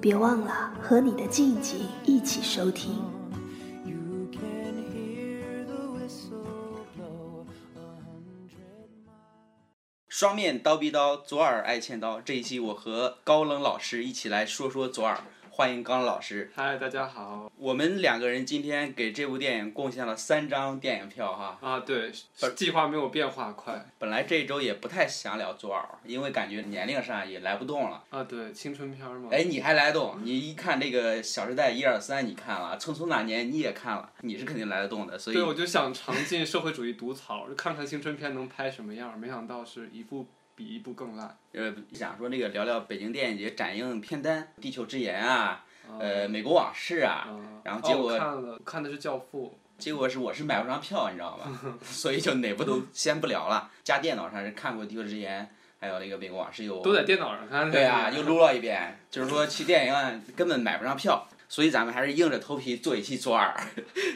别忘了和你的静静一起收听。 You can hear the whistle blow a hundred miles. 双面刀逼刀，左耳爱欠刀。这一期我和高冷老师一起来说说左耳，欢迎高冷老师。嗨，大家好我们两个人今天给这部电影贡献了三张电影票哈。啊！对，呃计划没有变化快本来这一周也不太想聊左耳，因为感觉年龄上也来不动了。啊！对，青春片儿嘛。哎，你还来得动？你一看这个《小时代》一二三，你看了，《匆匆那年》你也看了，你是肯定来得动的。所以对，我就想尝尽社会主义毒草，就看看青春片能拍什么样儿。没想到是一部比一部更烂。呃，想说那个聊聊北京电影节展映片单，《地球之言》啊，呃，《美国往事》啊，啊然后结哦果我看了，看的是《教父结果是我是买不上票，你知道 吧？所以就哪部都先不聊了。加电脑上是看过《地球之言》，还有那个《美国往事》又》，都在电脑上看的。哦对啊， 又撸了一遍。就是说去电影院根本买不上票，所以咱们还是硬着头皮做一期左耳，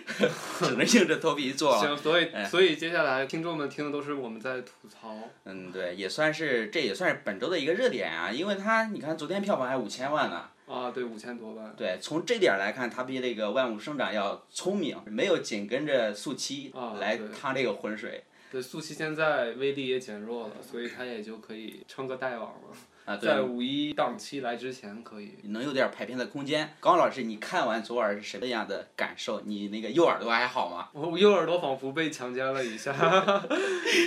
只能硬着头皮做了。行，所以哎所以接下来听众们听的都是我们在吐槽。嗯，对，也算是这也算是本周的一个热点啊，因为它你看昨天票房还五千万呢。啊，对，五千多万。对，从这点儿来看，它比那个《万物生长》要聪明，没有紧跟着速七啊来对趟这个浑水。对，速七现在威力也减弱了，所以他也就可以撑个带网了。啊对在五一档期来之前可以。能有点排片的空间。高老师，你看完左耳是什么样的感受？你那个右耳朵还好吗？我右耳朵仿佛被强奸了一下，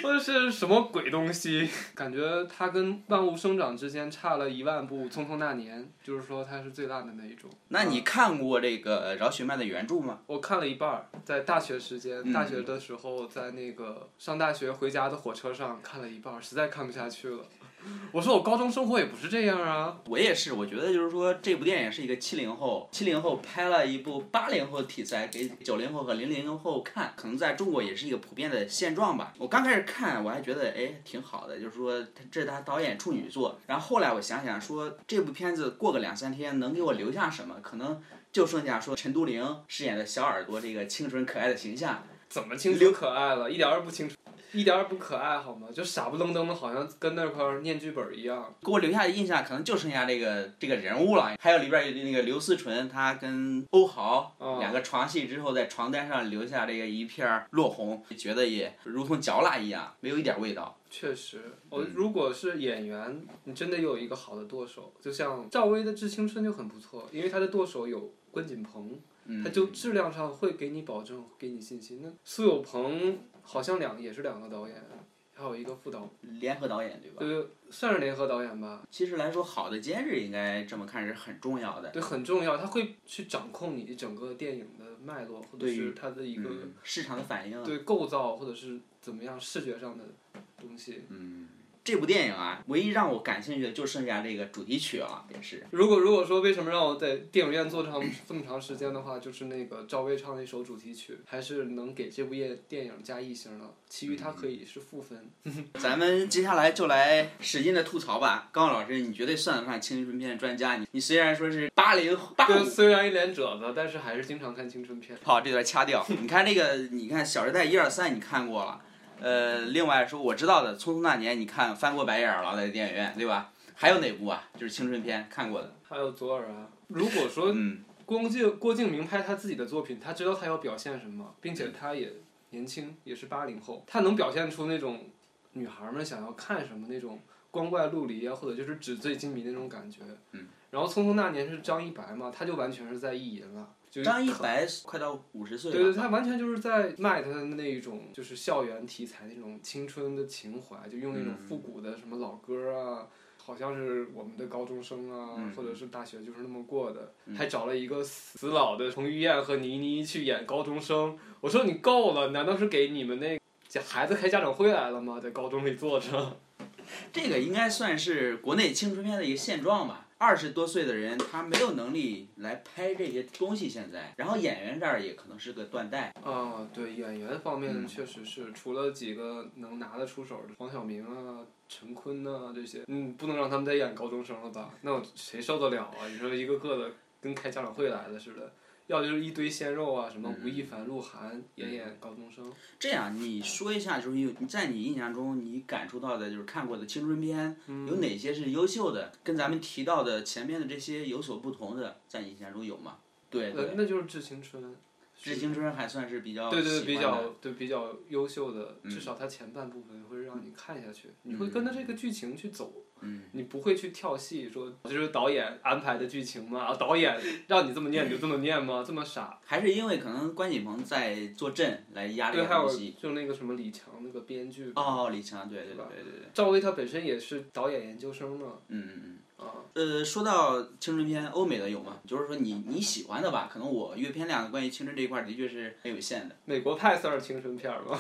我是什么鬼东西？感觉它跟《万物生长》之间差了一万步，《匆匆那年》就是说它是最烂的那一种。那你看过这个呃饶雪漫的原著吗？我看了一半儿，在大学时间，嗯大学的时候，在那个上大学回家的火车上看了一半儿，实在看不下去了。我说我高中生活也不是这样啊，我也是，我觉得就是说这部电影是一个七零后，七零后拍了一部八零后题材给九零后和零零后看，可能在中国也是一个普遍的现状吧。我刚开始看我还觉得哎挺好的，就是说他这是他导演处女作，然后后来我想想说这部片子过个两三天能给我留下什么，可能就剩下说陈都灵饰演的小耳朵这个清纯可爱的形象。怎么清楚可爱了？一点儿也不清楚，一点儿也不可爱好吗？就傻不愣登的，好像跟那块儿念剧本儿一样。给我留下的印象可能就剩下这个这个人物了，还有里边有那个刘思纯，她跟欧豪、哦两个床戏之后，在床单上留下这个一片落红，觉得也如同嚼蜡一样，没有一点味道。确实，我、嗯如果是演员，你真的有一个好的剁手，就像赵薇的《致青春》就很不错，因为她的剁手有关锦鹏，嗯他就质量上会给你保证，给你信心。那苏有朋好像两也是两个导演，还有一个副导，联合导演对吧？呃，算是联合导演吧。其实来说，好的监制应该这么看是很重要的。对，很重要，他会去掌控你整个电影的脉络，或者对于是它的一个嗯，市场的反应。对构造，或者是怎么样视觉上的东西。这部电影啊，唯一让我感兴趣的就剩下这个主题曲了，也是。如果如果说为什么让我在电影院坐长 这么长时间的话，就是那个赵薇唱那首主题曲，还是能给这部夜电影加一星的。其余它可以是负分。咱们接下来就来使劲的吐槽吧。高老师，你绝对算得上青春片专家。你你虽然说是八零八对，五虽然一脸褶子，但是还是经常看青春片。好，这段掐掉。你看这个，你看《小时代》一二三，你看过了。呃，另外说我知道的，《匆匆那年》，你看翻过白眼儿了，在电影院，对吧？还有哪部啊？就是青春片看过的。还有左耳啊，如果说嗯，郭敬郭敬明拍他自己的作品，他知道他要表现什么，并且他也年轻，也是八零后，他能表现出那种女孩们想要看什么那种光怪陆离啊，或者就是纸醉金迷那种感觉。嗯。然后《匆匆那年》是张一白嘛，他就完全是在意淫了，就是张一白快到五十岁对对，了。他完全就是在卖他的那一种，就是校园题材那种青春的情怀，就用那种嗯复古的什么老歌啊，好像是我们的高中生啊，嗯或者是大学就是那么过的，还找了一个死老的彭于晏和倪妮去演高中生。我说你够了，难道是给你们那家孩子开家长会来了吗？在高中里坐着，这个应该算是国内青春片的一个现状吧。二十多岁的人他没有能力来拍这些东西，现在，然后演员这儿也可能是个断代，啊，对演员方面嗯确实是，除了几个能拿得出手的，黄晓明啊、陈坤呐、这些，嗯，不能让他们再演高中生了吧？那我谁受得了啊？你说一个个的跟开家长会来的似的，要就是一堆鲜肉啊，什么吴亦嗯凡、鹿晗也演高中生，这样，你说一下，就是有你在你印象中你感触到的，就是看过的青春片，嗯有哪些是优秀的？跟咱们提到的前面的这些有所不同的，在你印象中有吗？对呃对，，那就是《致青春》。致青春还算是比较对对，喜比欢的较对比较优秀的，嗯至少它前半部分会让你看下去，你会跟着这个剧情去走，嗯你不会去跳戏，说这是导演安排的剧情吗？啊，导演让你这么念你就这么念吗？这么傻？还是因为可能关锦鹏在坐镇来压这对，个还有东西。就那个什么李强那个编剧，哦，李强，对对对对对，赵薇她本身也是导演研究生嘛，嗯嗯嗯。啊，呃，说到青春片，欧美的有吗？就是说你你喜欢的吧，可能我阅片量关于青春这一块的确是很有限的。美国派算是青春片儿 吗？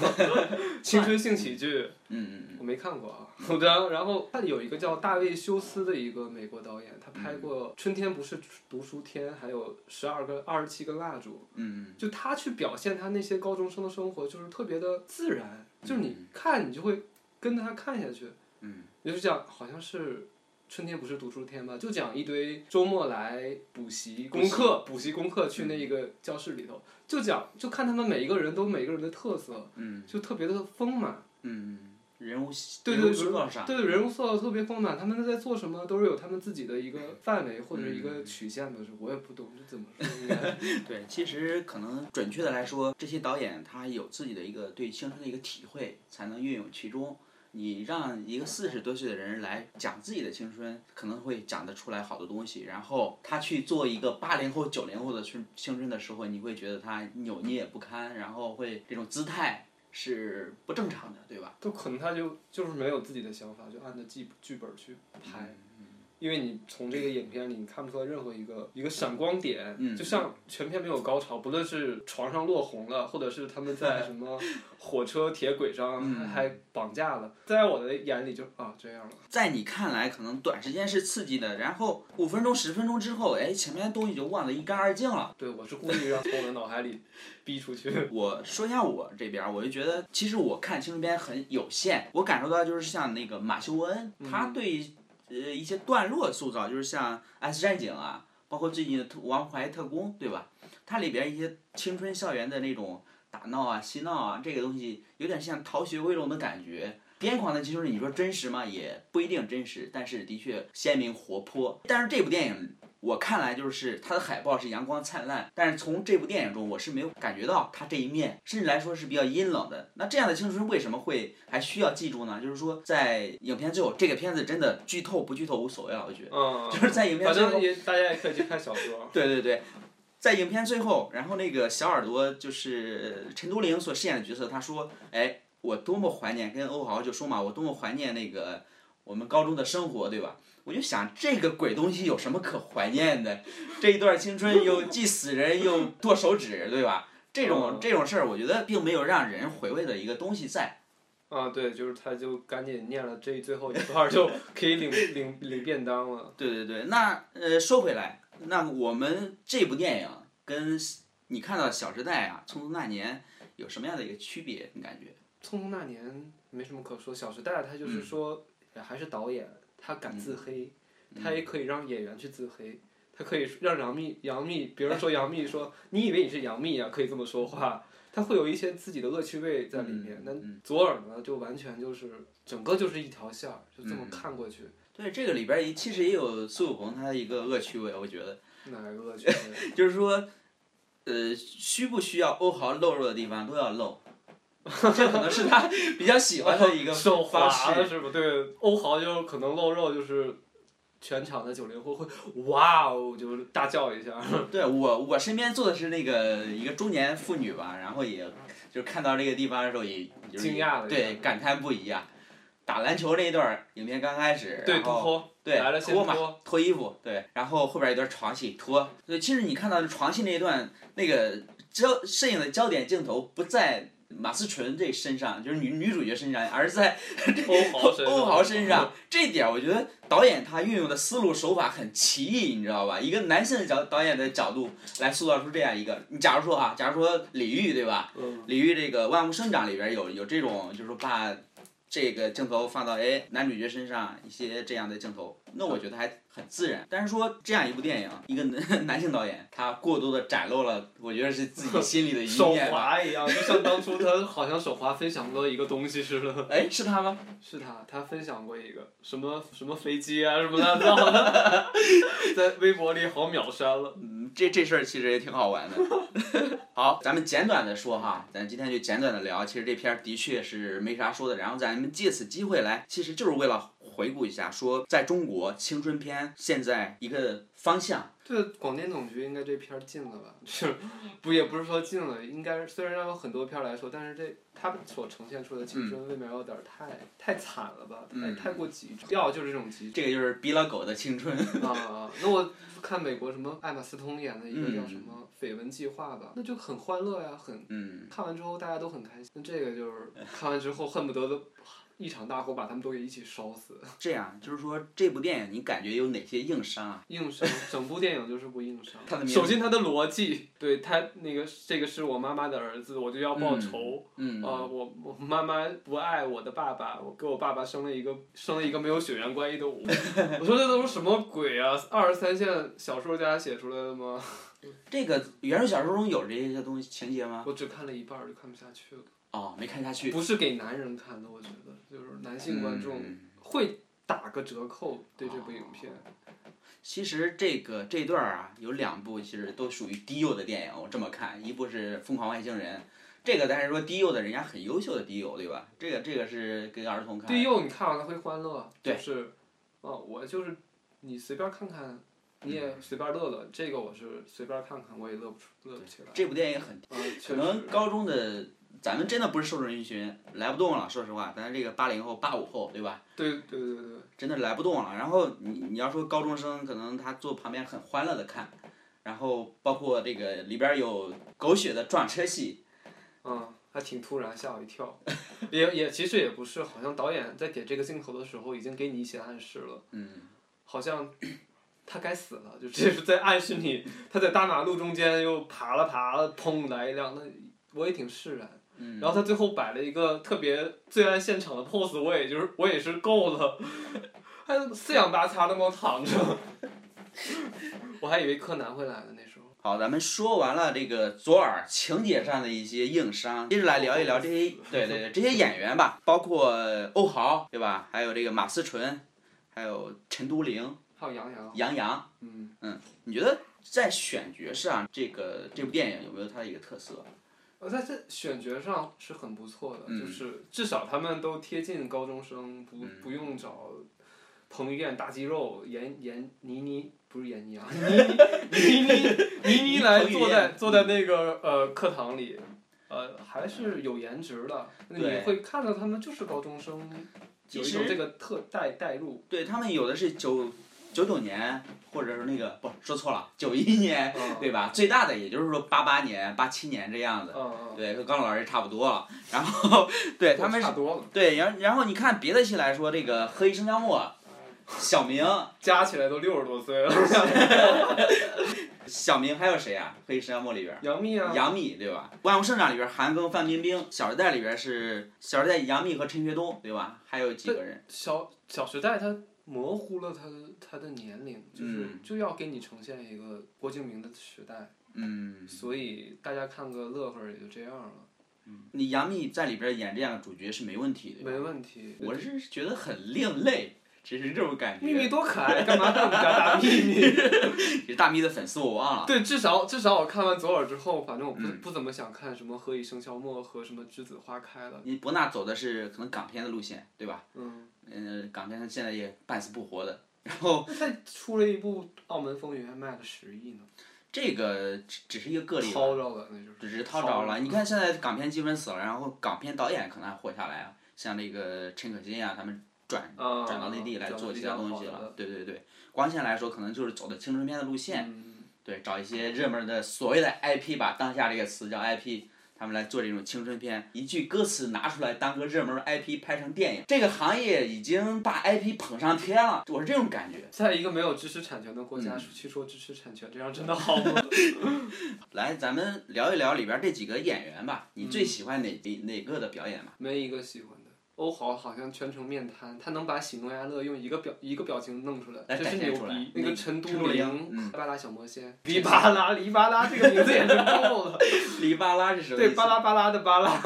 青春性喜剧，嗯嗯嗯。我没看过啊。然后然后他有一个叫大卫休斯的一个美国导演，他拍过《春天不是读书天》，还有《十二根二十七根蜡烛》。嗯，就他去表现他那些高中生的生活，就是特别的自然，就是你看你就会跟着他看下去，嗯，你就是讲好像是春天不是读书天吧，就讲一堆周末来补习补功习课，补习功课去那个教室里头，就讲就看他们每一个人都有每个人的特色，嗯，就特别的丰满，嗯，人物对人对物塑造上，对人物塑造特别丰满，他们在做什么都是有他们自己的一个范围或者一个曲线的，是我也不懂这怎么说应该。对，其实可能准确的来说，这些导演他有自己的一个对青春的一个体会，才能运用其中。你让一个四十多岁的人来讲自己的青春，可能会讲得出来好多东西。然后他去做一个八零后、九零后的青青春的时候，你会觉得他扭捏不堪，然后会这种姿态是不正常的， 对吧？都可能他就就是没有自己的想法，就按照剧剧本去拍。嗯因为你从这个影片里，你看不出来任何一个一个闪光点，嗯就像全片没有高潮，不论是床上落红了，或者是他们在什么火车铁轨上嗯还绑架了，在我的眼里就啊这样了，在你看来，可能短时间是刺激的，然后五分钟、十分钟之后，哎，前面的东西就忘得一干二净了。对我是故意让从我的脑海里逼出去。 我说一下我这边儿，我就觉得其实我看青春片很有限，我感受到就是像那个马修恩，他对呃一些段落塑造，就是像《S 战警》啊，包括最近的《特王牌特工》，对吧？它里边一些青春校园的那种打闹啊、嬉闹啊，这个东西有点像《逃学威龙》的感觉。癫狂的青春，你说真实吗？也不一定真实，但是的确鲜明活泼。但是这部电影我看来就是它的海报是阳光灿烂，但是从这部电影中我是没有感觉到它这一面，甚至来说是比较阴冷的。那这样的青春为什么会还需要记住呢？就是说在影片最后，这个片子真的剧透不剧透无所谓了，我觉得 嗯，就是在影片反最后。正也大家也可以去看小说对对对，在影片最后，然后那个小耳朵就是陈都灵所饰演的角色，他说：“哎，我多么怀念跟欧豪就说嘛，我多么怀念那个我们高中的生活，对吧？”我就想，这个鬼东西有什么可怀念的？这一段青春又既死人又剁手指，对吧？这种嗯这种事儿，我觉得并没有让人回味的一个东西在。啊，对，就是他就赶紧念了这最后一段，就可以领领领便当了。对对对，那呃，说回来，那我们这部电影跟你看到《小时代》啊，《匆匆那年》有什么样的一个区别？你感觉？ 《匆匆那年》没什么可说，《小时代》他嗯就是说、也还是导演，他敢自黑，嗯他也可以让演员去自黑，他可以让杨幂杨幂，别人说杨幂说、你以为你是杨幂啊，可以这么说话，他会有一些自己的恶趣味在里嗯面。那、左耳呢，就完全就是整个就是一条线儿，就这嗯么看过去，对这个里边儿也其实也有苏有朋他的一个恶趣味，我觉得哪个 恶趣味？就是说，呃，需不需要欧豪露肉的地方都要露，这可能是 他比较喜欢的一个手方滑式了。是吧？对，欧豪就可能露肉，就是全场的九零后会哇哦，就是大叫一下。对我，我身边坐的是那个一个中年妇女吧，然后也就看到这个地方的时候也，就是惊讶了一下对，感叹不已啊。打篮球那一段儿，影片刚开始，对，然不后脱对，来了先脱嘛脱，脱衣服，对，然后后边一段床戏脱，所以其实你看到床戏那一段，那个焦摄影的焦点镜头不在马思纯这身上，就是女女主角身上，而是在 欧豪身上，欧豪身 上，哦啊这点我觉得导演他运用的思路手法很奇异，你知道吧？一个男性的角导演的角度来塑造出这样一个，你假如说啊，假如说李玉对吧？嗯，李玉这个《万物生长》里边有有这种，就是说把这个镜头放到哎男主角身上一些这样的镜头，那我觉得还很自然。但是说这样一部电影，一个男 男性导演他过多的展露了，我觉得是自己心里的一 手面吧。滑一样，就像当初他好像手滑分享到一个东西似的。哎，是他吗？ 是他，他分享过一个什么什么飞机啊什么乱七八糟的， 在微博里好秒删了。嗯，这这事儿其实也挺好玩的。好，咱们简短的说哈，咱今天就简短的聊。其实这片儿的确是没啥说的，然后咱们借此机会来，其实就是为了回顾一下，说在中国青春片现在一个方向。 这广电总局应该这片儿禁了吧？ 是，不也不是说禁了，应该虽然有很多片儿来说，但是这他们所呈现出的青春未免有点儿太、太惨了吧？太、嗯太过极致，要就是这种极致这个就是逼了狗的青春。 啊！那我看美国什么艾玛斯通演的一个叫嗯什么《绯闻计划》吧，那就很欢乐呀，很嗯，看完之后大家都很开心。那这个 就是看完之后恨不得都一场大火把他们都给一起烧死。这样就是说这部电影你感觉有哪些硬伤啊？硬伤，整部电影就是不硬 伤。它的名字首先，它的逻辑，对他那个这个是我妈妈的儿子，我就要报仇。嗯，啊、我我妈妈不爱我的爸爸，我给我爸爸生了一个生了一个没有血缘关系的我。 我说这都是什么鬼啊？二十三线小说家写出来的吗？这个原著小说中有这些东西情节吗？我只看了一半儿就看不下去了。哦，没看下去。不是给男人看的，我觉得就是男性观众嗯哦会打个折扣对这部影片。其实这个这段儿啊，有两部其实都属于低幼的电影，我这么看，一部是《疯狂外星人》，这个但是说低幼的人家很优秀的低幼，对吧？这个这个是给儿童看。对幼你看完了会欢乐，对就是，啊、我就是你随便看看，你嗯也随便乐乐，这个我是随便看看，我也乐不出乐不起来。这部电影很，啊，确可能实，高中的咱们真的不是受众人群，来不动了，说实话，咱这个八零后、八五后，对吧？对对对对，真的来不动了。然后你你要说高中生，可能他坐旁边很欢乐的看，然后包括这个里边有狗血的撞车戏，嗯，还挺突然，吓我一跳。 也也其实也不是，好像导演在给这个镜头的时候已经给你一些暗示了，嗯，好像 他该死了，就这是 在暗示你，他在大马路中间又爬了爬了，砰来一辆，那我也挺释然。嗯然后他最后摆了一个特别罪案现场的 pose，我也就是我也是够了， 还四仰八叉那么躺着， 我还以为柯南会来的那时候。好，咱们说完了这个左耳情节上的一些硬伤，接着来聊一聊这些，对对对，这些演员吧，包括欧豪，对吧？还有这个马思纯，还有陈都灵、还有杨洋，杨洋，嗯，你觉得在选角上，这个这部电影有没有它的一个特色？我呃在这选角上是很不错的，嗯就是至少他们都贴近高中生，不、嗯不用找彭于晏大肌肉闫闫倪妮，不是闫妮啊，倪妮倪妮妮来 彭于晏坐在坐在那个呃课堂里，呃还是有颜值的，那你嗯对会看到他们就是高中生，其有一实种这个特代代入，对他们有的是九九九年，或者是那个不说错了，九一年，嗯对吧？最大的也就是说八八年、八七年这样子，嗯嗯，对，和高老师差不多了。然后对他们是差多了，对，然然后你看别的戏来说，这个《喝一生江沫》，小明，加起来都六十多岁了， 小明还有谁啊？《喝一生江沫》里边。杨幂啊，杨幂对吧？《万物生长》里边韩庚、范冰冰，《小时代》里边是《小时代》杨幂和陈学冬对吧？还有几个人？小小时代它模糊了他的他的年龄，就是、嗯就要给你呈现一个郭敬明的时代，嗯，所以大家看个乐呵儿也就这样了，你杨幂在里边演这样的主角是没问题的。没问题。啊我是觉得很另类，只是这种感觉。 秘密多可爱，干嘛对我们家大秘密？ 其实大咪的粉丝我忘了。对，至少至少我看完左耳之后，反正我不、嗯不怎么想看什么《何以笙箫默》和什么《栀子花开了》。你博纳走的是可能港片的路线，对吧？嗯，嗯、港片现在也半死不活的。然后那他出了一部《澳门风云》，还卖了十亿呢，这个只只是一个个例吧，掏着了，那就是。只是套着了。你看现在港片基本死了，然后港片导演可能还活下来啊，像那个陈可辛啊，他们转啊，转到内地来做其他东西转到了。比对对对，光线来说可能就是走的青春片的路较好线，的。嗯对，找一些热门的所谓的 IP 吧，当下这个词叫 IP。他们来做这种青春片，一句歌词拿出来当个热门 IP 拍成电影，这个行业已经把 IP 捧上天了，我是这种感觉。在一个没有知识产权的国嗯家去说知识产权，这样真的好吗？ 来，咱们聊一聊里边这几个演员吧，你最喜欢哪、哪哪个的表演吧？没一个喜欢的。欧豪好像全程面瘫，他能把喜怒哀乐用一个表一个表情弄出来，来这展是现牛出来逼。那那个个陈陈都都灵灵，嗯巴拉小魔仙，黎巴拉，黎巴拉这个名字也是够 了。黎巴拉是什么意对，思？巴拉巴拉的巴拉。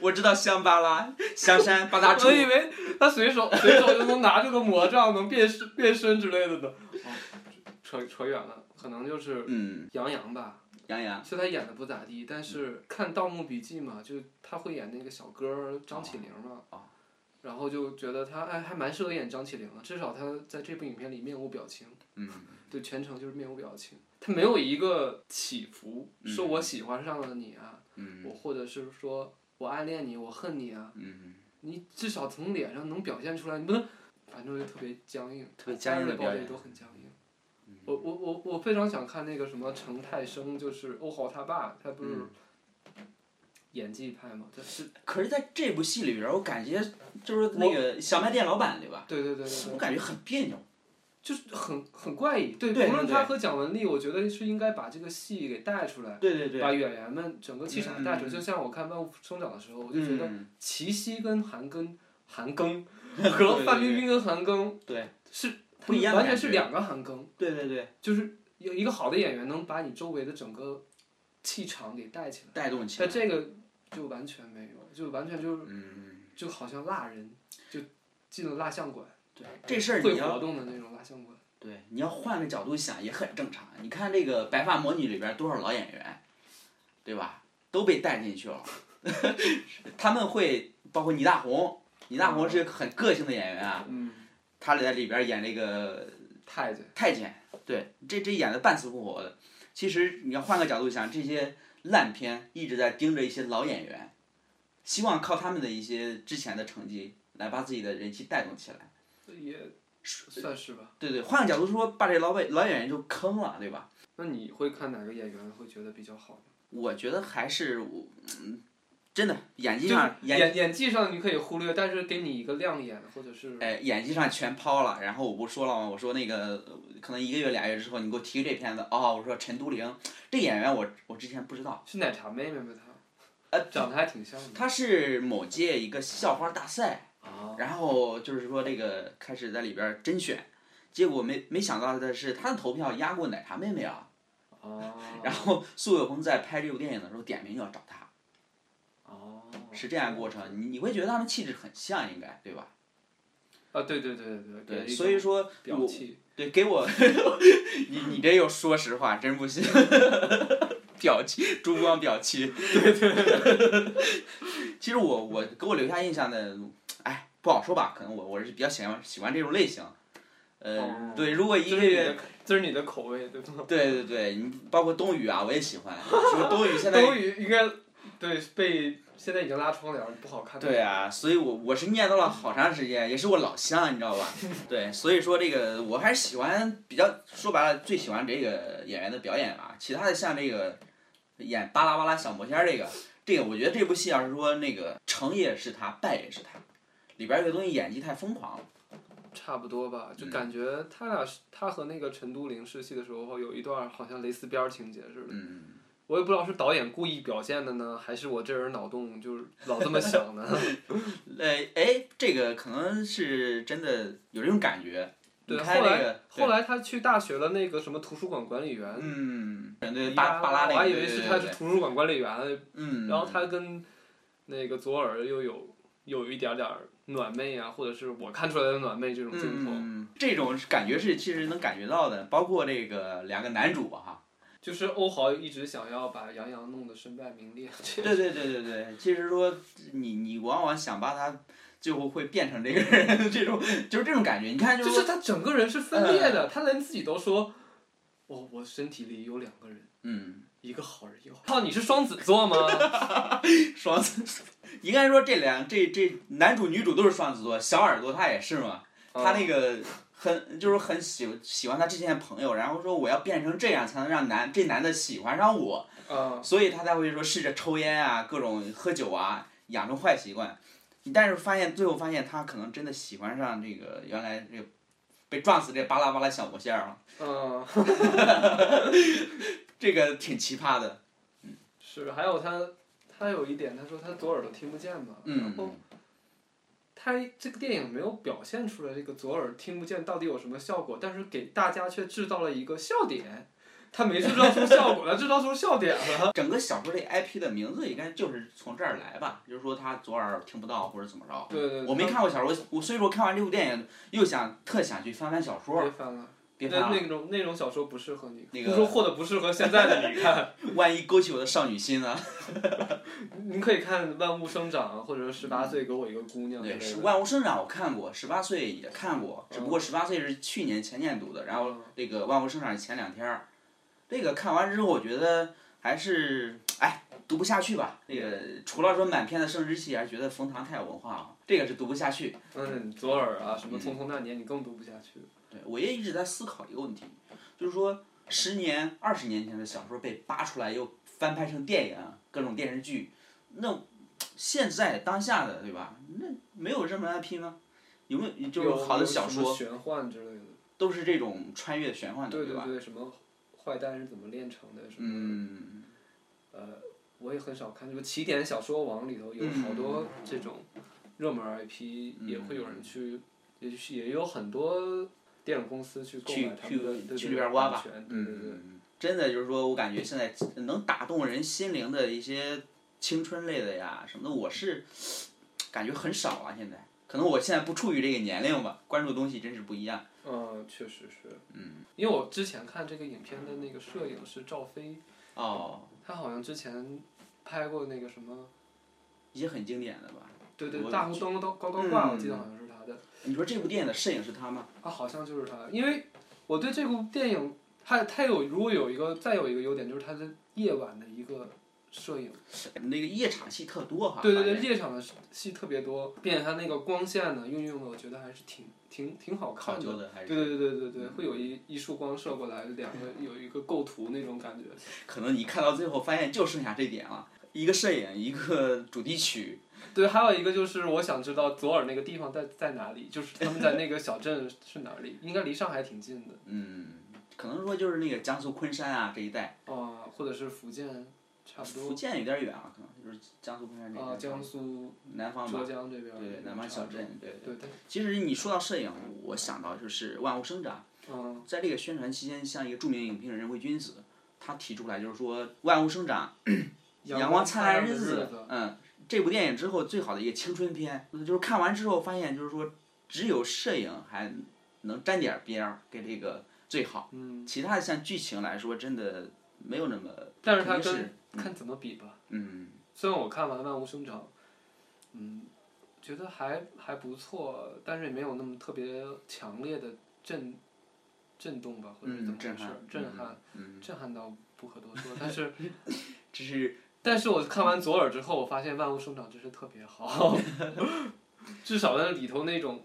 我知道香巴拉、香 山、八大处我。以为他随手随手就能拿出个魔杖，能变身变身之类的呢。哦，扯扯远了，可能就是嗯，杨洋吧。杨洋。虽然他演的不咋地，嗯但是看《盗墓笔记》嘛，就是他会演那个小哥儿张起灵嘛。哦然后就觉得他哎还蛮适合演张起灵的，至少他在这部影片里面无表情，嗯，对，全程就是面无表情，他没有一个起伏，嗯说我喜欢上了你啊，嗯我或者是说我暗恋你，我恨你啊，嗯，你至少从脸上能表现出来，你不能，反正就特别僵硬，特别僵硬的他表演嗯的都很僵硬。我我我我非常想看那个什么程泰生，就是欧豪他爸，他不是嗯演技派嘛，他是可是在这部戏里边，我感觉就是那个小卖店老板对吧？对对对对我对，感觉很别扭。就是很很怪异。对，对无论对他和蒋雯丽，我觉得是应该把这个戏给带出来，对对对，把演员们整个气场带出来。嗯就像我看《万物生长》的时候，我就觉得嗯，齐溪跟韩庚、韩庚对和范对冰冰跟韩庚对是不一样的完全感是觉两个韩庚。对对对，就是有一个好的演员能把你周围的整个气场给带起来，带动起但来。这个就完全没有，就完全就嗯，就好像蜡人就进了蜡像馆，对，这事儿会你要活动的那种蜡像馆。对你要换个角度想也很正常。你看这个《白发魔女》里边多少老演员，对吧？都被带进去了。 他们会包括倪大红，倪大红是很个性的演员啊，嗯，他在里边演这个太监太监，对，这这演的半死不活的。其实你要换个角度想，这些烂片一直在盯着一些老演员，希望靠他们的一些之前的成绩来把自己的人气带动起来。也算是吧。对对，换个角度说，把这老演老演员就坑了，对吧？那你会看哪个演员会觉得比较好呢？我觉得还是我，嗯真的演技就是上演演演技上你可以忽略，但是给你一个亮眼，或者是哎，演技上全抛了。然后我不说了吗？我说那个呃可能一个月俩月之后，你给我提这片子哦。我说陈都灵这演员我，我之前不知道，是奶茶妹妹吗？她呃长得还挺像的他是某届一个校花大赛，啊然后就是说这个开始在里边儿甄选，结果没没想到的是他的投票压过奶茶妹妹啊。啊， 然后苏有朋在拍这部电影的时候点名要找他，哦 是这样一个过程。你你会觉得他们气质很像，应该对吧？啊，对对对对对，给所以说表我气。对，给 我，你你这又说实话，真不行。 表情，珠光表情。对对。 其实我我给我留下印象的，哎，不好说吧，可能我我是比较喜欢喜欢这种类型。呃，哦对，如果一这个是你月，的口，这是你的口味，对吗？对对对，你包括冬雨啊，我也喜 欢。说冬雨现在冬雨应该对被现在已经拉窗帘了，不好看。对，啊，所以我我是念叨了好长时间，也是我老乡，你知道吧？ 对，所以说这个我还是喜欢比较，说白了最喜欢这个演员的表演吧。其他的像这个演巴拉巴拉小魔仙儿这个，这个我觉得这部戏要是说那个成也是他，败也是他，里边儿有个东西演技太疯狂了。差不多吧，就嗯感觉他俩是他和那个陈都灵试戏的时候，有一段好像蕾丝边儿情节似的。嗯，我也不知道是导演故意表现的呢，还是我这人脑洞就是老这么想呢。呃，哎，这个可能是真的有这种感觉。你对，看后这来、个，后来他去大学了，那个什么图书馆管理员。对嗯，对，黎巴巴拉那个，我还以为是对他对是对图书馆管理员，嗯，然后他跟那个左耳又有有一点点儿暖妹啊，或者是我看出来的暖妹这种镜头，嗯，这种感觉是其实能感觉到的，包括这个两个男主啊哈、就是欧豪一直想要把杨洋弄得身败名裂， 这对对对对对，其实说你你往往想把他最后会变成这个人， 这种就是这种感觉。你看就是是他整个人是分裂嗯的，他连自己都说，我我身体里有两个人，嗯，一个好人，一个坏人。靠，你是双子座吗？双子， 应 哦该说这两这这男主女主都是双子座，小耳朵他也是嘛，他那个很就是很喜喜欢他之前的朋友，然后说我要变成这样才能让男这男的喜欢上我，啊，所以他才会说试着抽烟啊，各种喝酒啊，养成坏习惯。但是发现最后发现他可能真的喜欢上这个原来这个被撞死这巴拉巴拉小魔仙儿了，嗯，这个挺奇葩的。是，还有他，他有一点，他说他左耳朵听不见嘛，然后嗯，他这个电影没有表现出来这个左耳听不见到底有什么效果，但是给大家却制造了一个笑点，他没制造出 效果，他制造出笑点了，整个小说这 IP 的名字应该就是从这儿来吧，就是说他左耳听不到或者怎么着。对对，我没他看过小说，我我所以说看完这部电影又想特想去翻翻小说， 别翻了。别翻那了，那种那种小说不适合你，那个不说或者不适合现在的你 看，万一勾起我的少女心呢？你可以看《万物生长》或者《十八岁给我一个姑娘》之类对，嗯的。是《万物生长》我看过，《十八岁》也看过，只不过《十八岁》是去年前年读的，然后这个《万物生长》前两天儿，这个看完之后我觉得还是哎读不下去吧。那个除了说满篇的生殖器，还觉得冯唐太有文化了，这个是读不下去。嗯，左耳啊，什么《匆匆那年》，你更读不下去。对我也一直在思考一个问题，就是说十年、二十年前的小说被扒出来又翻拍成电影、各种电视剧，那现在当下的对吧？那没有这么 IP 吗？有没有就有是好的有小什说么？玄幻之类的。都是这种穿越玄幻的，对吧？对，什么坏蛋是怎么炼成的？什么、嗯，呃，我也很少看，什么起点小说网里头有嗯好多这种热门 IP，、也会有嗯人去，也许也有很多电影公司去购去买他去们的对对去对里边挖吧版权。对对对，嗯，真的就是说我感觉现在能打动人心灵的一些青春类的呀什么的，我是感觉很少啊。现在可能我现在不处于这个年龄吧，关注的东西真是不一样。嗯，确实是。嗯，因为我之前看这个影片的那个摄影是赵飞，哦，他好像之前拍过那个什么，一些很经典的吧。对对，我大红灯高高高挂，嗯我记得好像是他的。你说这部电影的摄影是他吗？啊，好像就是他，因为我对这部电影，它它有如果有一个再有一个优点，就是它的夜晚的一个摄影，那个夜场戏特多啊哈。对对反对，正，夜场的戏特别多，并且它那个光线呢运用的，我觉得还是挺挺挺好考看的。究的还对是。嗯对对对对对，会有一一束光射过来，两个有一个构图那种感觉。可能你看到最后发现就剩下这点了，一个摄影，一个主题曲。对，还有一个就是我想知道左耳那个地方在在哪里，就是他们在那个小镇是哪里，应该离上海挺近的嗯，可能说就是那个江苏昆山啊这一带。啊、或者是福建，差不多福建有点远了，可能就是江苏昆山这啊、边，江苏南方吧浙，江这边儿对，南方小镇，对。对对，其实你说到摄影，我想到就是《万物生长嗯》，在这个宣传期间，像一个著名影评人魏君子，他提出来就是说《万物生长》 阳光灿烂的子子，，嗯，这部电影之后最好的一个青春片，就是看完之后发现就是说，只有摄影还能沾点边儿，给这个最好，嗯，其他的像剧情来说，真的没有那么，但是它肯定跟是看怎么比吧。嗯虽然我看完《万物生长》，嗯，觉得还还不错，但是也没有那么特别强烈的震震动吧，或者是怎么嗯震回事撼儿，震撼，嗯，震撼到不可多说。但 是，这是但是我看完左耳之后，我发现《万物生长》真是特别好， 至少在里头那种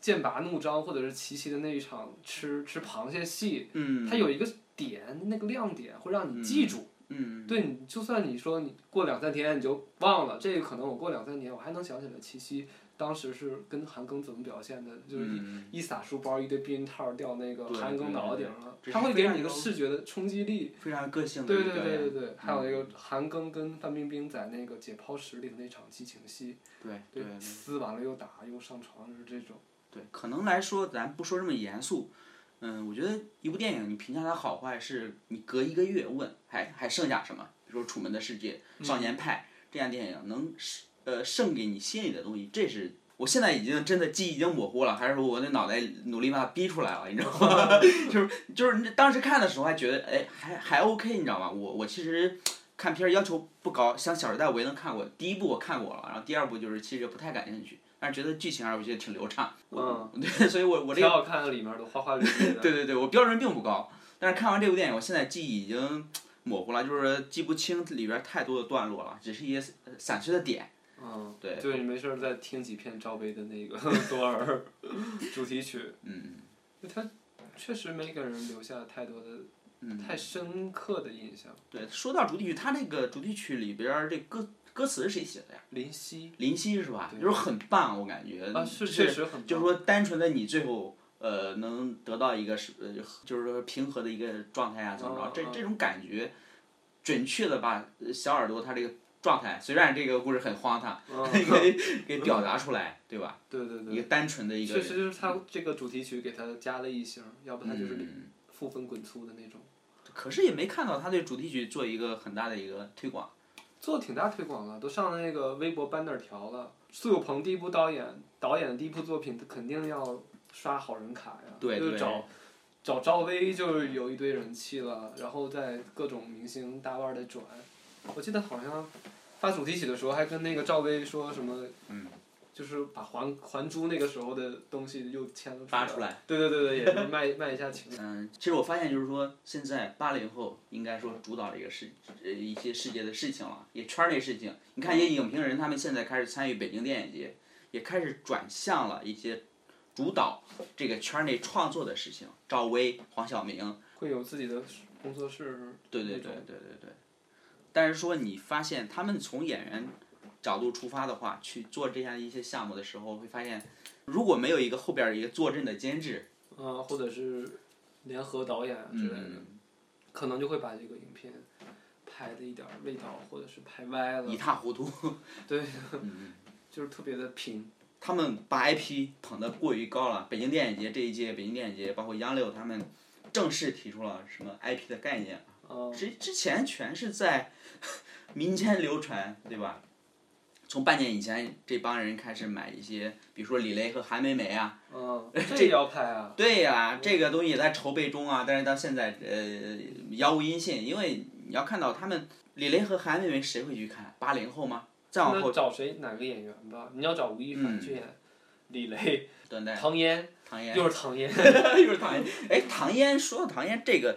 剑拔弩张，或者是琪琪的那一场吃吃螃蟹戏，嗯，它有一个点，那个亮点会让你记住。嗯对你，就算你说你过两三天你就忘了，这个可能我过两三年我还能想起来七夕当时是跟韩庚怎么表现的，就是一、嗯一撒书包，一堆避孕套掉那个对韩庚对脑对顶上了这，是它会给非常你一个有视觉的冲击力。非常个性的对一对个对表演嗯对对，还有那个韩庚跟范冰冰在那个解剖室里的那场激情戏，对对，对嗯撕完了又打又上床，就是这种。对，可能来说，咱不说这么严肃，嗯，我觉得一部电影你评价它好坏，是你隔一个月问还还剩下什么，比如说《楚门的世界》《少年派》这样电影能是呃剩给你心里的东西，这是。我现在已经真的记忆已经模糊了，还是说我的脑袋努力把它逼出来了，你知道吗？ 就是就是你当时看的时候还觉得哎还还 OK，你知道吗？我我其实看片儿要求不高，像《小时代》我也能看过，第一部我看过了，然后第二部就是其实不太感兴趣，但是觉得剧情还是我觉得挺流畅，嗯，对， 所以我 我这挺个好看的，里面都花花绿绿 的。对对对，我标准并不高，但是看完这部电影，我现在记忆已经模糊了，就是记不清里边太多的段落了，只是一些呃散碎的点。嗯，对 就是你没事儿再听几遍赵薇的那个《左耳》主题曲，嗯，他确实没给人留下太多的、嗯太深刻的印象。对，说到主题曲，他那个主题曲里边儿这歌歌词是谁写的呀？林夕林夕是吧？就是很棒，我感觉啊，是确实很就是说单纯的你最后呃能得到一个是呃就是说平和的一个状态啊，怎么着？嗯这这种感觉，准确的把呃小耳朵他这个状态，虽然这个故事很荒唐， 给给表达出来，对吧？嗯对对一个单纯的对，一个确实就是他这个主题曲给他加了一星，要不他就是嗯负分滚粗的那种，可是也没看到他对主题曲做一个很大的一个推广。做挺大推广了，都上了那个微博 banner 条了。苏有朋第一部导演导演的第一部作品，他肯定要刷好人卡呀，对就是对找找赵薇就是有一堆人气了，然后在各种明星大腕儿的转。我记得好像发主题曲的时候还跟那个赵薇说什么，嗯就是把还还珠那个时候的东西又牵了发出出来。对对对对，也是卖卖一下情。嗯，其实我发现就是说，现在八零后应该说主导了一个世呃一些世界的事情了，也圈内事情。你看，一些影评人他们现在开始参与北京电影节，也开始转向了一些主导这个圈内创作的事情。赵薇、黄晓明，会有自己的工作室。对对那对种对对对。但是说你发现他们从演员角度出发的话，去做这样一些项目的时候，会发现如果没有一个后边儿一个坐镇的监制，嗯，或者是联合导演啊之类的，嗯可能就会把这个影片拍的一点儿味道，或者是拍歪了一，塌糊涂。对，嗯。就是特别的平。他们把 IP 捧得过于高了。北京电影节这一届，北京电影节包括央六他们正式提出了什么 IP 的概念，啊嗯，之之前全是在 民间流传，对吧？从半年以前，这帮人开始买一些，比如说李雷和韩梅梅啊， 嗯，这也要拍啊。对呀、这个东西也在筹备中啊，但是到现在呃杳无音信，因为你要看到他们李雷和韩梅梅谁会去看？八零后吗？再往那后，找谁哪个演员吧？你要找吴亦凡去演李雷、等待唐嫣，唐嫣又是唐嫣。 又是唐嫣。哎，唐嫣说到唐嫣这个，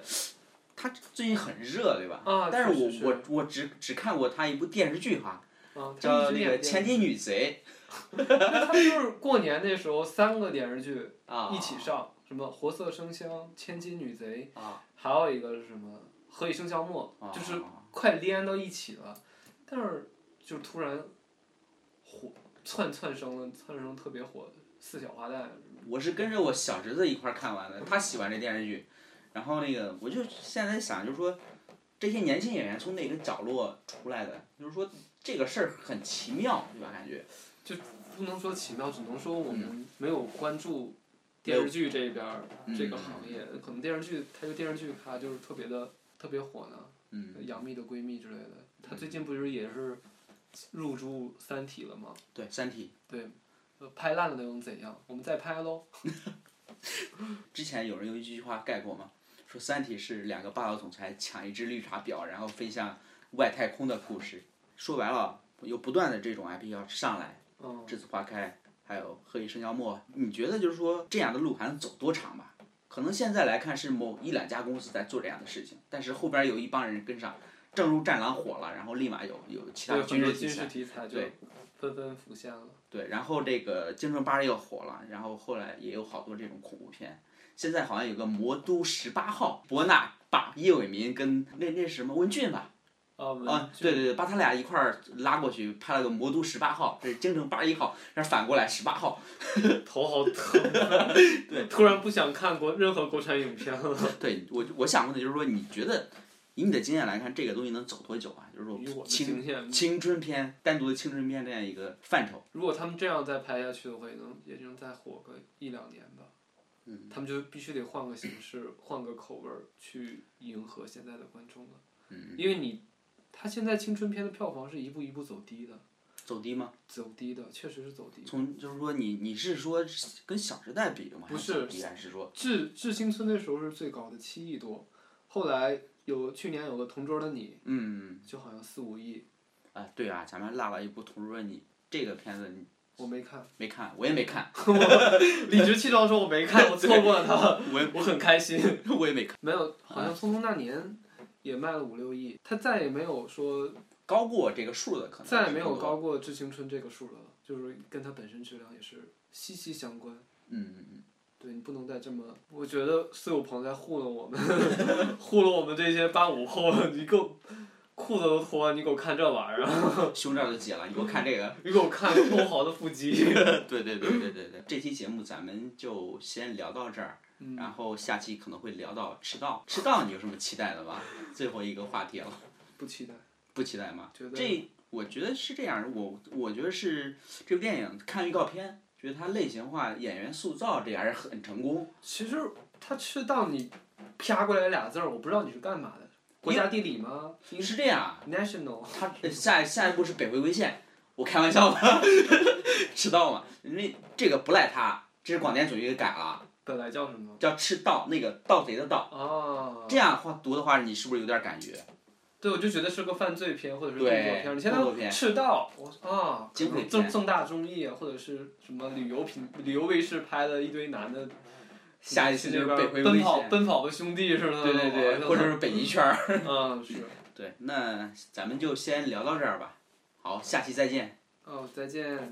她最近很热，对吧？啊但是确我实是我我只只看过她一部电视剧哈，嗯，叫那个《前千金女贼 他们就是过年那时候三个电视剧》啊，一起上，什么《活色生香》《千金女贼》啊，还有一个是什么《何以笙箫默啊》，就是快连到一起了，但是就突然火窜窜升了，窜升特别火，四小花旦我是跟着我小侄子一块儿看完的，他喜欢这电视剧，然后那个我就现在想，就是说这些年轻演员从哪个角落出来的，就是说这个事儿很奇妙，对吧？感觉不能说奇妙，只能说我们没有关注电视剧这边儿嗯这个行业，可能电视剧它就电视剧它就是特别的特别火呢。嗯，杨幂的闺蜜之类的，她最近不是也是入驻《三体》了吗？对，《三体》。呃拍烂了又怎样？我们再拍喽。嗯之前有人用一句话概括嘛，说《三体》是两个霸道总裁抢一只绿茶婊，然后飞向外太空的故事。说白了，有不断的这种 IP 要上来，嗯，栀子花开，还有何以笙箫默。你觉得就是说这样的路还能走多长吧？可能现在来看是某一两家公司在做这样的事情，但是后边有一帮人跟上，正如《战狼》火了，然后立马有有其他对，很军多事题军事材，题材就对纷纷浮现了。对，然后这个《京城八》又火了，然后后来也有好多这种恐怖片。现在好像有个《魔都十八号》，伯纳把叶伟民跟那那什么温俊吧，啊，文啊，具对对对，把他俩一块儿拉过去拍了个《魔都十八号》，这是《京城八十一号》，然后反过来十八号。 头好疼。对， 突然不想看国任何国产影片了。对我我想问的就是说，你觉得以你的经验来看，这个东西能走多久啊？就是以我说的青经验，青春片单独的青春片这样一个范畴，如果他们这样再拍下去的话，也能也能再火个一两年吧。嗯他们就必须得换个形 式，换个口味儿去迎合现在的观众了。嗯，因为你，他现在青春片的票房是一步一步走低的，走低吗？走低的，确实是走低。从就是说你你是说跟《小时代》比的吗？不是还走低还是说？致致青春那时候是最高的七亿多，后来有去年有个同桌的你，嗯，就好像四五亿，啊，对啊，咱们落了一部《同桌的你》这个片子，你我没看， 没看，我也没看，理直气壮地说我没看，我错过了它， 我也我很开心。我也没看，没有，好像《匆匆那年》也卖了五六亿，它再也没有说高过这个数的可能，再也没有高，过《致青春》这个数了，就是跟它本身质量也是息息相关。嗯嗯嗯，对你不能再这么，我觉得苏有朋在糊弄我们， 糊弄我们这些八五后，你给我裤子都脱了，你给我看这玩意儿，胸罩都解了，你给我看这个。 你给我看欧豪的腹肌。对对对对对对，这期节目咱们就先聊到这儿，嗯然后下期可能会聊到迟到。迟到你有什么期待的吧？最后一个话题了， 不期待，不期待吗觉？得这我觉得是这样，我我觉得是这部电影看预告片，觉得它类型化、演员塑造这还是很成功。其实他吃到你啪过来俩字儿，我不知道你是干嘛的，国家地理吗是这样啊， ？National，他呃下下一步是北回归线，我开玩笑吧， 迟到嘛，因为这个不赖他，这是广电总局给改了，本来叫什么？叫赤盗，那个盗贼的盗。啊，这样话读的话，你是不是有点感觉？对，我就觉得是个犯罪片或者是动对作片。你现动作片在赤道，我啊，警匪片正正大综艺啊，或者是什么旅游频旅游卫视拍的一堆男的，下一次就是北回奔归跑线，奔跑吧兄弟似的，对对对，或者是北极圈儿。嗯是，对，那咱们就先聊到这儿吧。好，下期再见。哦再见。